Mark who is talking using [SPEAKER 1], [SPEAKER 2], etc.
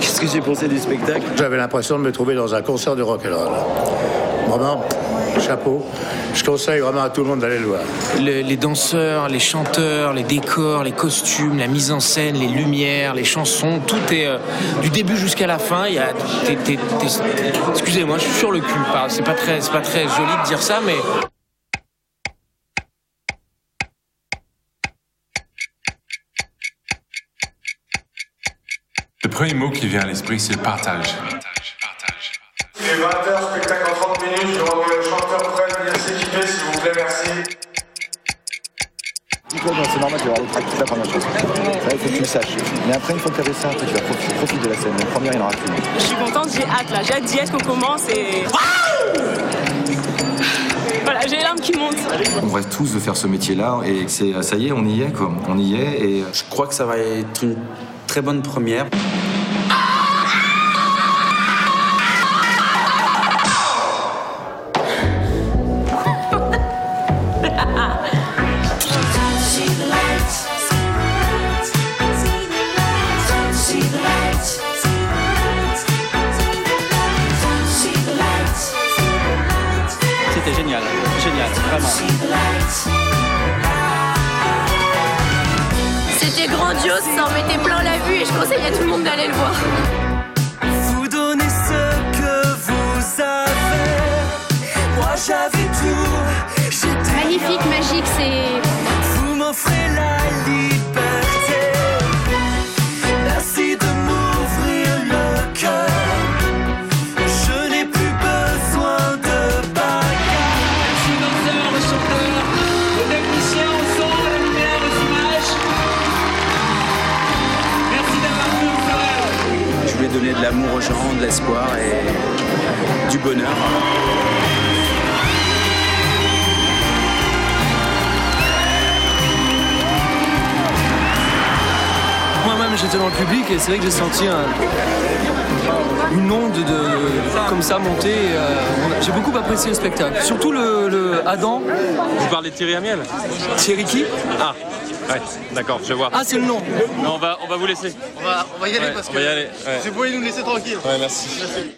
[SPEAKER 1] Qu'est-ce que j'ai pensé du spectacle
[SPEAKER 2] J'avais l'impression de me trouver dans un concert de rock roll. Vraiment, chapeau. Je conseille vraiment à tout le monde d'aller le voir.
[SPEAKER 3] Le- les danseurs, les chanteurs, les décors, les costumes, la mise en scène, les lumières, les chansons, tout est euh, du début jusqu'à la fin. Il y a, t'es- t'es- t'es- excusez-moi, je suis sur le cul. Pas- C'est pas très, c'est pas très joli de dire ça, mais
[SPEAKER 4] Le premier mot qui vient à l'esprit, c'est partage.
[SPEAKER 5] Il est 20h, spectacle en 30 minutes. Je demande aux chanteurs prêts de venir s'équiper, s'il vous plaît, merci.
[SPEAKER 6] Diplôme, c'est normal, tu vas avoir le trac, c'est la première chose. Ça, il faut que tu le saches. Mais après, il faut que tu ça, après, tu vas profiter, profite de la scène. La première, il en reste une.
[SPEAKER 7] Je suis contente, j'ai hâte là. J'ai hâte d'y être qu'on commence et. Voilà, j'ai les larmes qui montent.
[SPEAKER 8] On rêve tous de faire ce métier-là et c'est ça y est, on y est quoi. On y est et euh,
[SPEAKER 1] Je crois que ça va être une très bonne première. C'était génial, génial, vraiment.
[SPEAKER 9] C'était grandiose, ça en mettait plein la vue et je conseille à tout le monde d'aller le voir.
[SPEAKER 10] Vous donnez ce que vous avez. Moi j'avais tout. J'étais
[SPEAKER 9] Magnifique, magique, c'est
[SPEAKER 10] Vous m'offrez la liberté. Merci de m'ouvrir le cœur. Je n'ai plus besoin de bagarre.
[SPEAKER 1] Je voulais donner de l'amour aux gens, de l'espoir et du bonheur.
[SPEAKER 3] moi-même j'étais dans le public et c'est vrai que j'ai senti un- une onde de comme ça monter. euh, on a- j'ai beaucoup apprécié le spectacle, surtout le, le Adam.
[SPEAKER 11] Vous parlez de Thierry Amiel
[SPEAKER 3] Thierry qui
[SPEAKER 11] Ah, ouais, d'accord, je vois.
[SPEAKER 3] Ah c'est le nom.
[SPEAKER 11] Non, on va, on va vous laisser. On va, y aller parce que. On va y aller. ouais.
[SPEAKER 6] C'est bon, il nous laisser tranquille.
[SPEAKER 11] Ouais, merci.